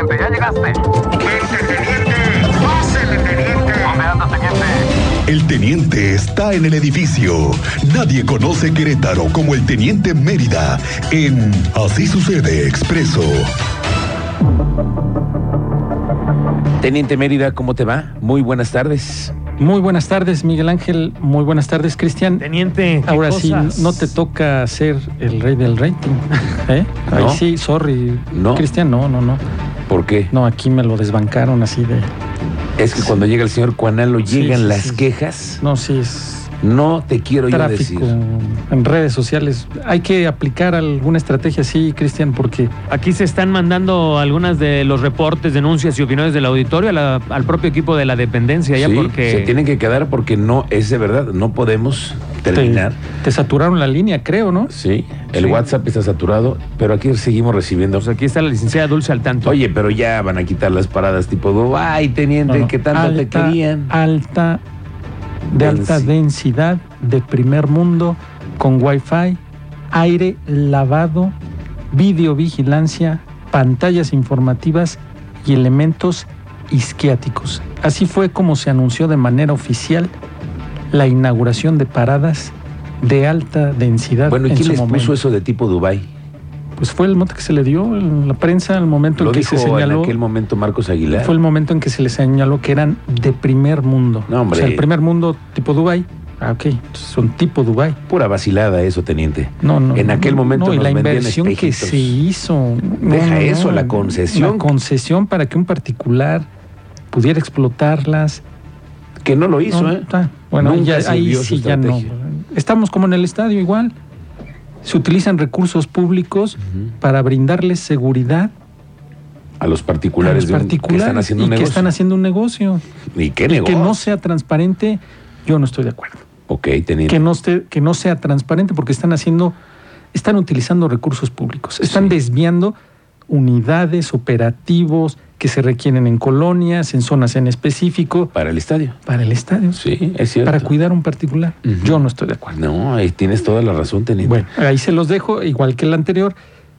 Contraste. ¡Vente, teniente! ¡Pásele, teniente! Bombeando, teniente. El teniente está en el edificio. Nadie conoce Querétaro como el teniente Mérida en Así sucede expreso. Teniente Mérida, ¿cómo te va? Muy buenas tardes. Muy buenas tardes, Miguel Ángel. Muy buenas tardes, Cristian. Teniente, ¿qué Ahora cosas? sí, no te toca ser el rey del rating. ¿eh? Ahí No. sí, sorry. No. Cristian, no, no, no. ¿Por qué? No, aquí me lo desbancaron así de. Es que cuando llega el señor Cuanalo Sí, llegan sí, las sí. quejas. No, sí, es No te quiero yo decir. tráfico en redes sociales. Hay que aplicar alguna estrategia así, Cristian, porque Aquí se están mandando algunas de los reportes, denuncias y opiniones del auditorio a la- al propio equipo de la dependencia, ya Sí, porque Se tienen que quedar porque no, es de verdad, no podemos terminar. te, te saturaron la línea, creo, ¿no? Sí, el Sí. WhatsApp está saturado, pero aquí seguimos recibiendo. Pues aquí está la licenciada Dulce al tanto. Oye, pero ya van a quitar las paradas tipo, ay, No, teniente, no. que tanto te Alta- querían. Alta, de alta Densi- densidad, de primer mundo, con wifi, aire lavado, videovigilancia, pantallas informativas y elementos isquiáticos. Así fue como se anunció de manera oficial la inauguración de paradas de alta densidad. Bueno, ¿y en quién su les momento. puso eso de tipo Dubai? Pues fue el mote que se le dio en la prensa al momento Lo en que dijo se señaló. en aquel momento Marcos Aguilar. Fue el momento en que se les señaló que eran de primer mundo. No, hombre. O sea, el primer mundo tipo Dubai. Ah, ok. Son tipo Dubai. Pura vacilada eso, teniente. No, no. En aquel momento No, y nos la vendían inversión que espejitos. se hizo. No, Deja no, eso, no. la concesión. La concesión para que un particular pudiera explotarlas. Que no lo hizo, No, ¿eh? está. Bueno, Nunca ya- ahí sirvió su sí ya no. estrategia. Estamos como en el estadio igual. Se utilizan recursos públicos para brindarles seguridad A los a particulares, los de un- que particulares están haciendo y un que negocio. están haciendo un negocio. ¿Y qué negocio? que no sea transparente, yo no estoy de acuerdo. Ok, teniente. Que no, esté, que no sea transparente porque están haciendo, están utilizando recursos públicos, están Sí. desviando unidades, operativos que se requieren en colonias, en zonas en específico, Para el estadio. para el estadio, Sí, es cierto. para cuidar un particular. Ujú. Yo no estoy de acuerdo. No, ahí tienes toda la razón, teniente. Bueno, eh, ahí se los dejo, igual que el anterior.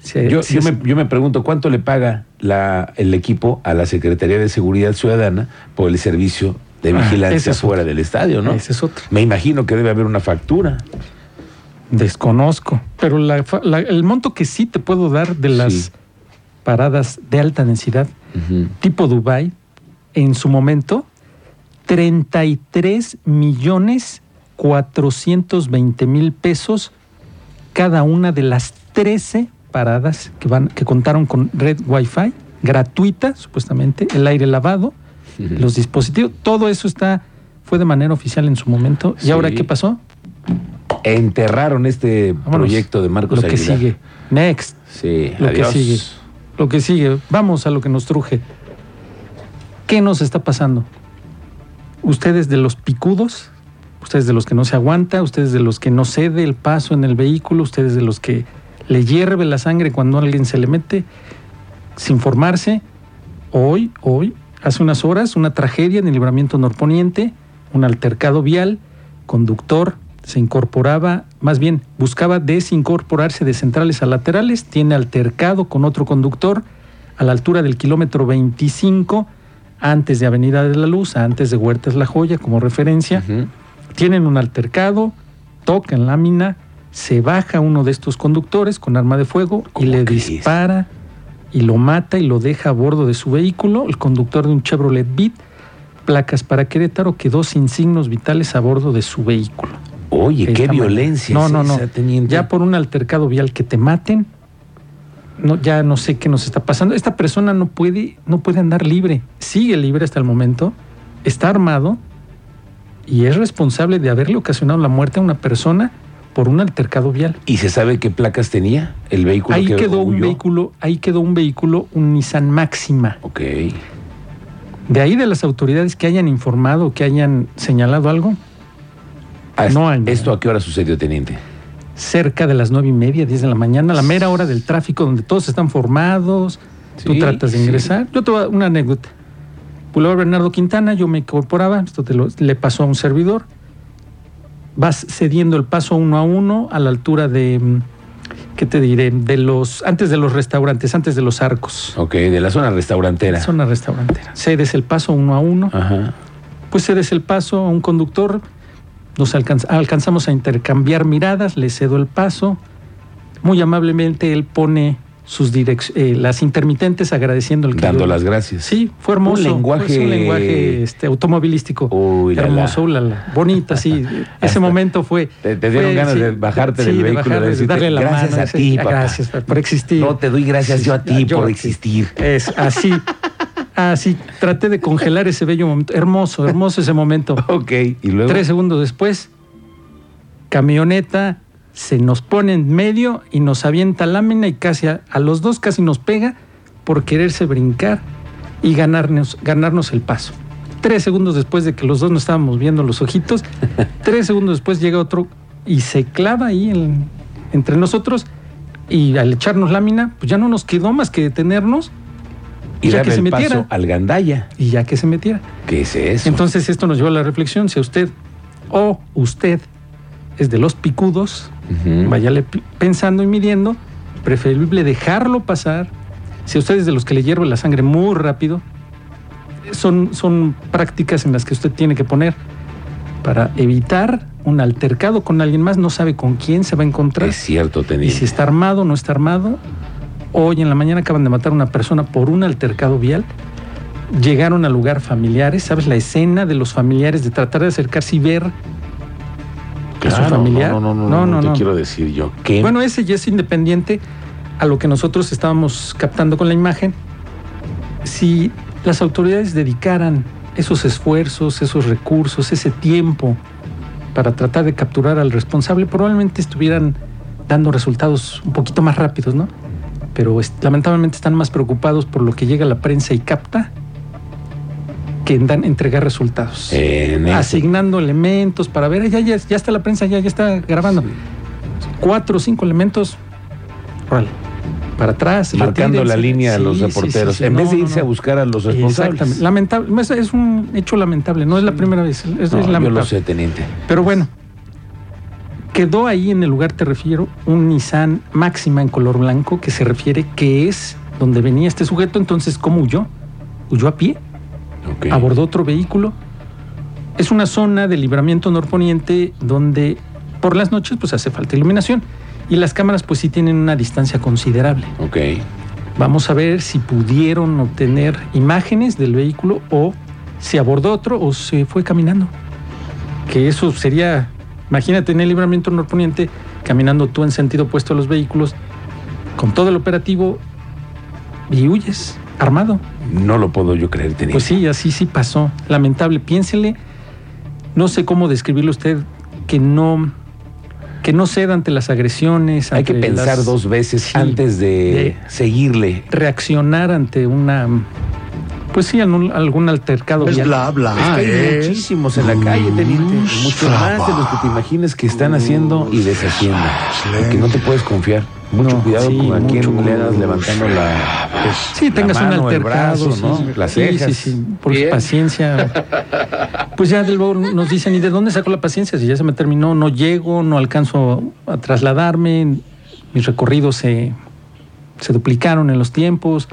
Se- Yo, se- yo me, yo me pregunto cuánto le paga la, el equipo a la Secretaría de Seguridad Ciudadana por el servicio de Ah, vigilancia ese es fuera otro. del estadio, ¿no? Ese es otro. Me imagino que debe haber una factura. Desconozco, pero la fa- la- el monto que sí te puedo dar de las Sí. paradas de alta densidad tipo Dubai, en su momento, 33 millones 420 mil pesos cada una de las 13 paradas que, van, que contaron con red Wi-Fi gratuita, supuestamente, el aire lavado, Ujú. los dispositivos, todo eso está fue de manera oficial en su momento. ¿Y Sí. ahora qué pasó? Enterraron este Vámonos. proyecto de Marcos Lo que Aguilar. sigue. Next. Sí, Lo que adiós. sigue. Lo que sigue, vamos a lo que nos truje. ¿Qué nos está pasando? Ustedes de los picudos, ustedes de los que no se aguanta, ustedes de los que no cede el paso en el vehículo, ustedes de los que le hierve la sangre cuando alguien se le mete, sin formarse, hoy, hoy, hace unas horas, una tragedia en el libramiento norponiente, un altercado vial, conductor se incorporaba, más bien buscaba desincorporarse de centrales a laterales, tiene altercado con otro conductor a la altura del kilómetro 25, antes de Avenida de la Luz, antes de Huertas La Joya, como referencia Ujú. tienen un altercado, tocan lámina, se baja uno de estos conductores con arma de fuego y ¿Cómo le crees? dispara y lo mata y lo deja a bordo de su vehículo. El conductor de un Chevrolet Beat, placas para Querétaro, quedó sin signos vitales a bordo de su vehículo. Oye, qué Esta mañana. violencia. No, es no, no. esa, teniente. Ya por un altercado vial que te maten, no, ya no sé qué nos está pasando. Esta persona no puede, no puede andar libre. Sigue libre hasta el momento. Está armado y es responsable de haberle ocasionado la muerte a una persona por un altercado vial. ¿Y se sabe qué placas tenía el vehículo Ahí que quedó un huyó? vehículo, ahí quedó un vehículo, un Nissan Máxima. Ok. De ahí de las autoridades que hayan informado, que hayan señalado algo, Ah, No hay. ¿Esto a qué hora sucedió, teniente? cerca de las nueve y media, 10 de la mañana, la mera hora del tráfico donde todos están formados, tú Sí, tratas de sí. ingresar. Yo te voy a una anécdota. Pulador Bernardo Quintana, yo me incorporaba, esto te lo- le pasó a un servidor. Vas cediendo el paso uno a uno a la altura de mm, ¿qué te diré? De los, antes de los restaurantes, antes de los arcos. Ok, de la zona restaurantera. Zona restaurantera. Cedes el paso uno a uno. Ajá. Pues cedes el paso a un conductor. Nos alcanz- alcanzamos a intercambiar miradas, le cedo el paso. Muy amablemente él pone sus direc- eh, las intermitentes agradeciendo el que Dando yo- las gracias. Sí, fue hermoso. Un lenguaje- Fue un lenguaje este, automovilístico. Uy, la, la. hermoso, ulala. bonita, sí. Ese Hasta momento fue. Te, te dieron fue, ganas Pues, sí, de bajarte sí, del de vehículo. bajar, de de decirte, darle la gracias mano, a ese, ti, papá. Gracias por existir. No te doy gracias Sí, yo a ti yo por a ti. existir. Es así. Así, traté de congelar ese bello momento. Hermoso, hermoso ese momento. Ok, y luego. Tres segundos después, camioneta se nos pone en medio y nos avienta lámina y casi a, a los dos casi nos pega por quererse brincar y ganarnos, ganarnos el paso. Tres segundos después de que los dos nos estábamos viendo los ojitos, tres segundos después llega otro y se clava ahí en- entre nosotros y al echarnos lámina, pues ya no nos quedó más que detenernos y o sea, darle que se el paso metiera. al gandaya. y ya que se metiera. ¿Qué es eso? Entonces esto nos lleva a la reflexión, si a usted o usted es de los picudos, Ujú. váyale pi- pensando y midiendo, preferible dejarlo pasar. Si a usted es de los que le hierve la sangre muy rápido, son, son prácticas en las que usted tiene que poner para evitar un altercado con alguien más, no sabe con quién se va a encontrar. Es cierto, Y teniente. si está armado o no está armado, hoy en la mañana acaban de matar a una persona por un altercado vial. Llegaron al lugar familiares, ¿sabes? La escena de los familiares de tratar de acercarse y ver que su familiar. No, no, no, no, no, te quiero decir yo. ¿Qué? Bueno, ese ya es independiente a lo que nosotros estábamos captando con la imagen. Si las autoridades dedicaran esos esfuerzos, esos recursos, ese tiempo para tratar de capturar al responsable, probablemente estuvieran dando resultados un poquito más rápidos, ¿no? Pero es- lamentablemente están más preocupados por lo que llega a la prensa y capta que en dan- entregar resultados En eso. asignando elementos para ver, "Ay, ya, ya, ya está la prensa, ya, ya está grabando. Cuatro o cinco elementos, órale, para atrás. marcando la retírense. línea a los Sí, sí, sí, reporteros. sí, en no, vez de no, irse a no. buscar a los responsables. Exactamente. Lamentable, es, es un hecho lamentable, no es la primera vez, es, es No, yo lamentable. lo sé, teniente. Pero bueno, quedó ahí en el lugar, te refiero, un Nissan máxima en color blanco que se refiere que es donde venía este sujeto, entonces, ¿cómo huyó? Huyó a pie Ok. abordó otro vehículo. Es una zona de libramiento norponiente donde por las noches pues hace falta iluminación y las cámaras pues sí tienen una distancia considerable. Ok. Vamos a ver si pudieron obtener imágenes del vehículo o si abordó otro o se fue caminando. Que eso sería, imagínate en el libramiento norponiente caminando tú en sentido opuesto a los vehículos con todo el operativo y huyes armado. No lo puedo yo creer, teniente. Pues sí, así sí pasó. Lamentable. Piénsele. No sé cómo describirle a usted que no que no ceda ante las agresiones. Hay que ante pensar las- dos veces Sí, antes de, de- seguirle. Reaccionar ante una, pues sí, algún, algún altercado. Es vial. bla bla. Ah, Es que hay ¿eh? muchísimos en la calle, teniente. Mucho más de los que te imaginas que están haciendo y deshaciendo. Porque no te puedes confiar. Mucho No, cuidado sí, con a mucho quién le cuidado. andas levantando la. Sí, Ah, pues, la tengas mano, un el altercado, brazo, ¿no? sí, Las sí, cejas. sí, sí, por Bien. paciencia. Pues ya luego nos dicen, ¿y de dónde saco la paciencia? Si ya se me terminó, no llego, no alcanzo a trasladarme, mis recorridos se, se duplicaron en los tiempos.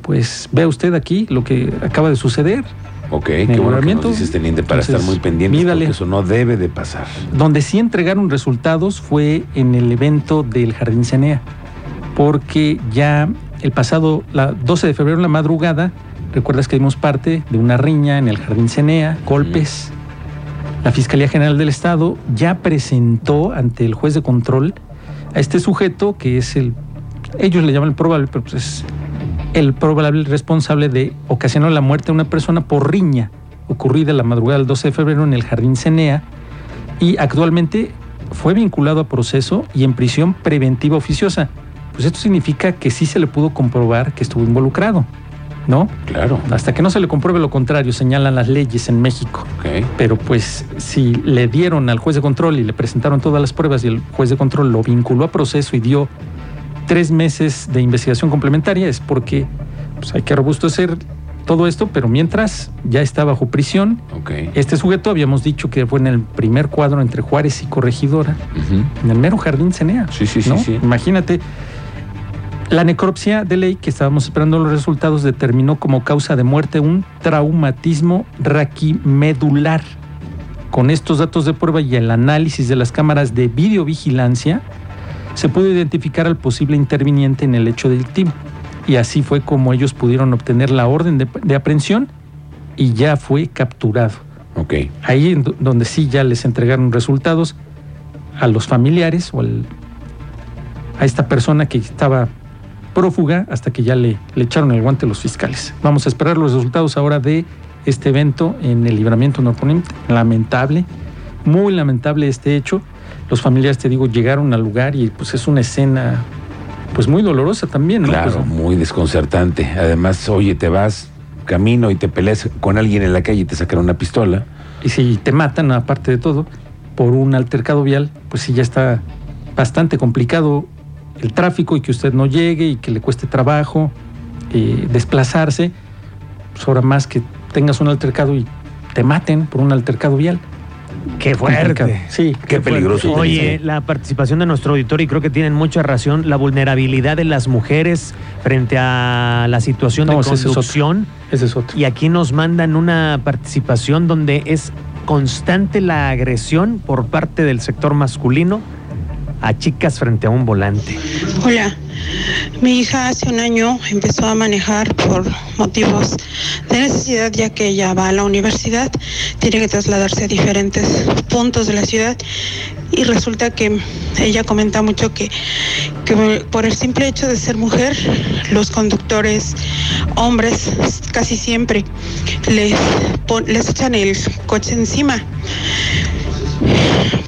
Pues vea usted aquí lo que acaba de suceder. Ok, qué bueno que nos libramiento. dices, teniente, para Entonces, estar muy pendientes, mídale. porque eso no debe de pasar. Donde sí entregaron resultados fue en el evento del Jardín Cenea, porque ya el pasado la 12 de febrero en la madrugada, recuerdas que dimos parte de una riña en el Jardín Cenea, golpes. La Fiscalía General del Estado ya presentó ante el juez de control a este sujeto que es el, ellos le llaman el probable, pero pues es el probable responsable de ocasionar la muerte de una persona por riña ocurrida la madrugada del 12 de febrero en el Jardín Cenea y actualmente fue vinculado a proceso y en prisión preventiva oficiosa. Pues esto significa que sí se le pudo comprobar que estuvo involucrado, ¿no? Claro. Hasta que no se le compruebe lo contrario, señalan las leyes en México. Ok. Pero pues si le dieron al juez de control y le presentaron todas las pruebas y el juez de control lo vinculó a proceso y dio tres meses de investigación complementaria es porque pues, hay que robustecer Todo esto, pero mientras ya está bajo prisión. Ok. Este sujeto habíamos dicho que fue en el primer cuadro entre Juárez y Corregidora, Ujú. en el mero jardín Cenea. Sí, sí, sí, ¿no? sí. Imagínate. La necropsia de ley que estábamos esperando los resultados determinó como causa de muerte un traumatismo raquimedular. Con estos datos de prueba y el análisis de las cámaras de videovigilancia, se pudo identificar al posible interviniente en el hecho delictivo. Y así fue como ellos pudieron obtener la orden de, de aprehensión y ya fue capturado. Ok. Ahí en do- donde sí ya les entregaron resultados a los familiares o al- a esta persona que estaba prófuga hasta que ya le, le echaron el guante los fiscales. Vamos a esperar los resultados ahora de este evento en el libramiento norponiente. Lamentable, muy lamentable este hecho. Los familiares, te digo, llegaron al lugar y pues es una escena pues muy dolorosa también, ¿no? Claro, Pues, muy desconcertante. Además, oye, te vas camino y te peleas con alguien en la calle y te sacan una pistola. Y si te matan, aparte de todo, por un altercado vial, pues sí ya está bastante complicado el tráfico y que usted no llegue y que le cueste trabajo eh, desplazarse. Pues ahora más que tengas un altercado y te maten por un altercado vial. ¡Qué Complicado. Sí, Qué peligroso. Oye, la participación de nuestro auditorio, y creo que tienen mucha razón, la vulnerabilidad de las mujeres frente a la situación No, de ese es otro. conducción. Ese es otro. Y aquí nos mandan una participación donde es constante la agresión por parte del sector masculino a chicas frente a un volante. Hola, mi hija hace un año empezó a manejar por motivos de necesidad ya que ella va a la universidad, tiene que trasladarse a diferentes puntos de la ciudad y resulta que ella comenta mucho que, que por el simple hecho de ser mujer, los conductores hombres casi siempre les, pon- les echan el coche encima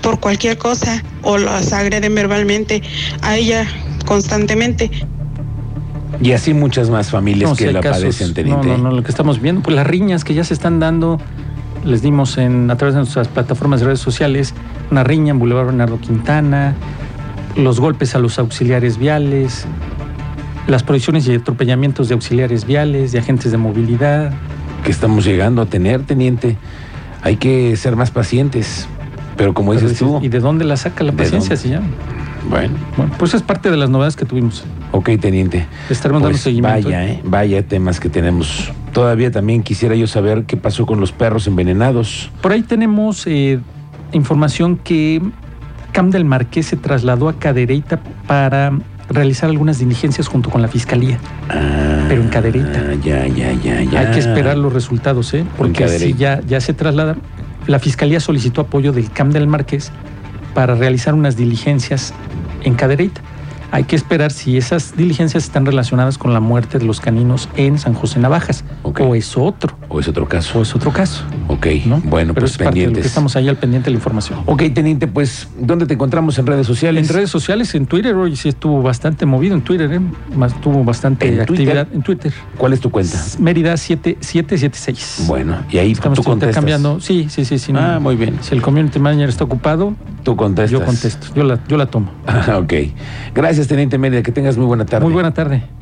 por cualquier cosa o los agreden verbalmente a ella constantemente. Y así muchas más familias No, que sí hay la casos. padecen, no, teniente. no, no, lo que estamos viendo, pues las riñas que ya se están dando, les dimos en, a través de nuestras plataformas de redes sociales, una riña en Boulevard Bernardo Quintana, los golpes a los auxiliares viales, las prohibiciones y atropellamientos de auxiliares viales, de agentes de movilidad. Que estamos llegando a tener, teniente. Hay que ser más pacientes. Pero como Pero dices dices, tú, ¿Y de dónde la saca la ¿De paciencia? dónde? si ya? bueno, Bueno, pues es parte de las novedades que tuvimos. ok, teniente. Estaremos dando Pues seguimiento. Vaya, eh, vaya temas que tenemos. Todavía también quisiera yo saber qué pasó con los perros envenenados. Por ahí tenemos eh, información que Cam del Marqués se trasladó a Cadereyta para realizar algunas diligencias junto con la fiscalía. Ah, Pero en caderita. Ya, ya, ya, ya. Hay que esperar los resultados, ¿eh? Porque si Ah. Cadereyta. ya, ya se traslada, la fiscalía solicitó apoyo del Cam del Marqués para realizar unas diligencias en Cadereyta. Hay que esperar si esas diligencias están relacionadas con la muerte de los caninos en San José Navajas Ok. o es otro, ¿O es otro caso? o es otro caso, Ok, Pues, ¿no? bueno, Pero pues es parte de lo que pendientes. estamos ahí al pendiente de la información. Ok, teniente, pues, ¿dónde te encontramos en redes sociales? En redes sociales, en Twitter, hoy sí estuvo bastante movido en Twitter, ¿eh? más tuvo bastante ¿En actividad en Twitter. ¿Cuál es tu cuenta? Mérida 7776. Bueno, y ahí estamos tú contestas. intercambiando. Sí, sí, sí, sí. no. Ah, muy bien. Si el community manager está ocupado, Tú contestas. yo contesto, yo la, yo la tomo. Ah, ok. Gracias, teniente Mérida, que tengas muy buena tarde. Muy buena tarde.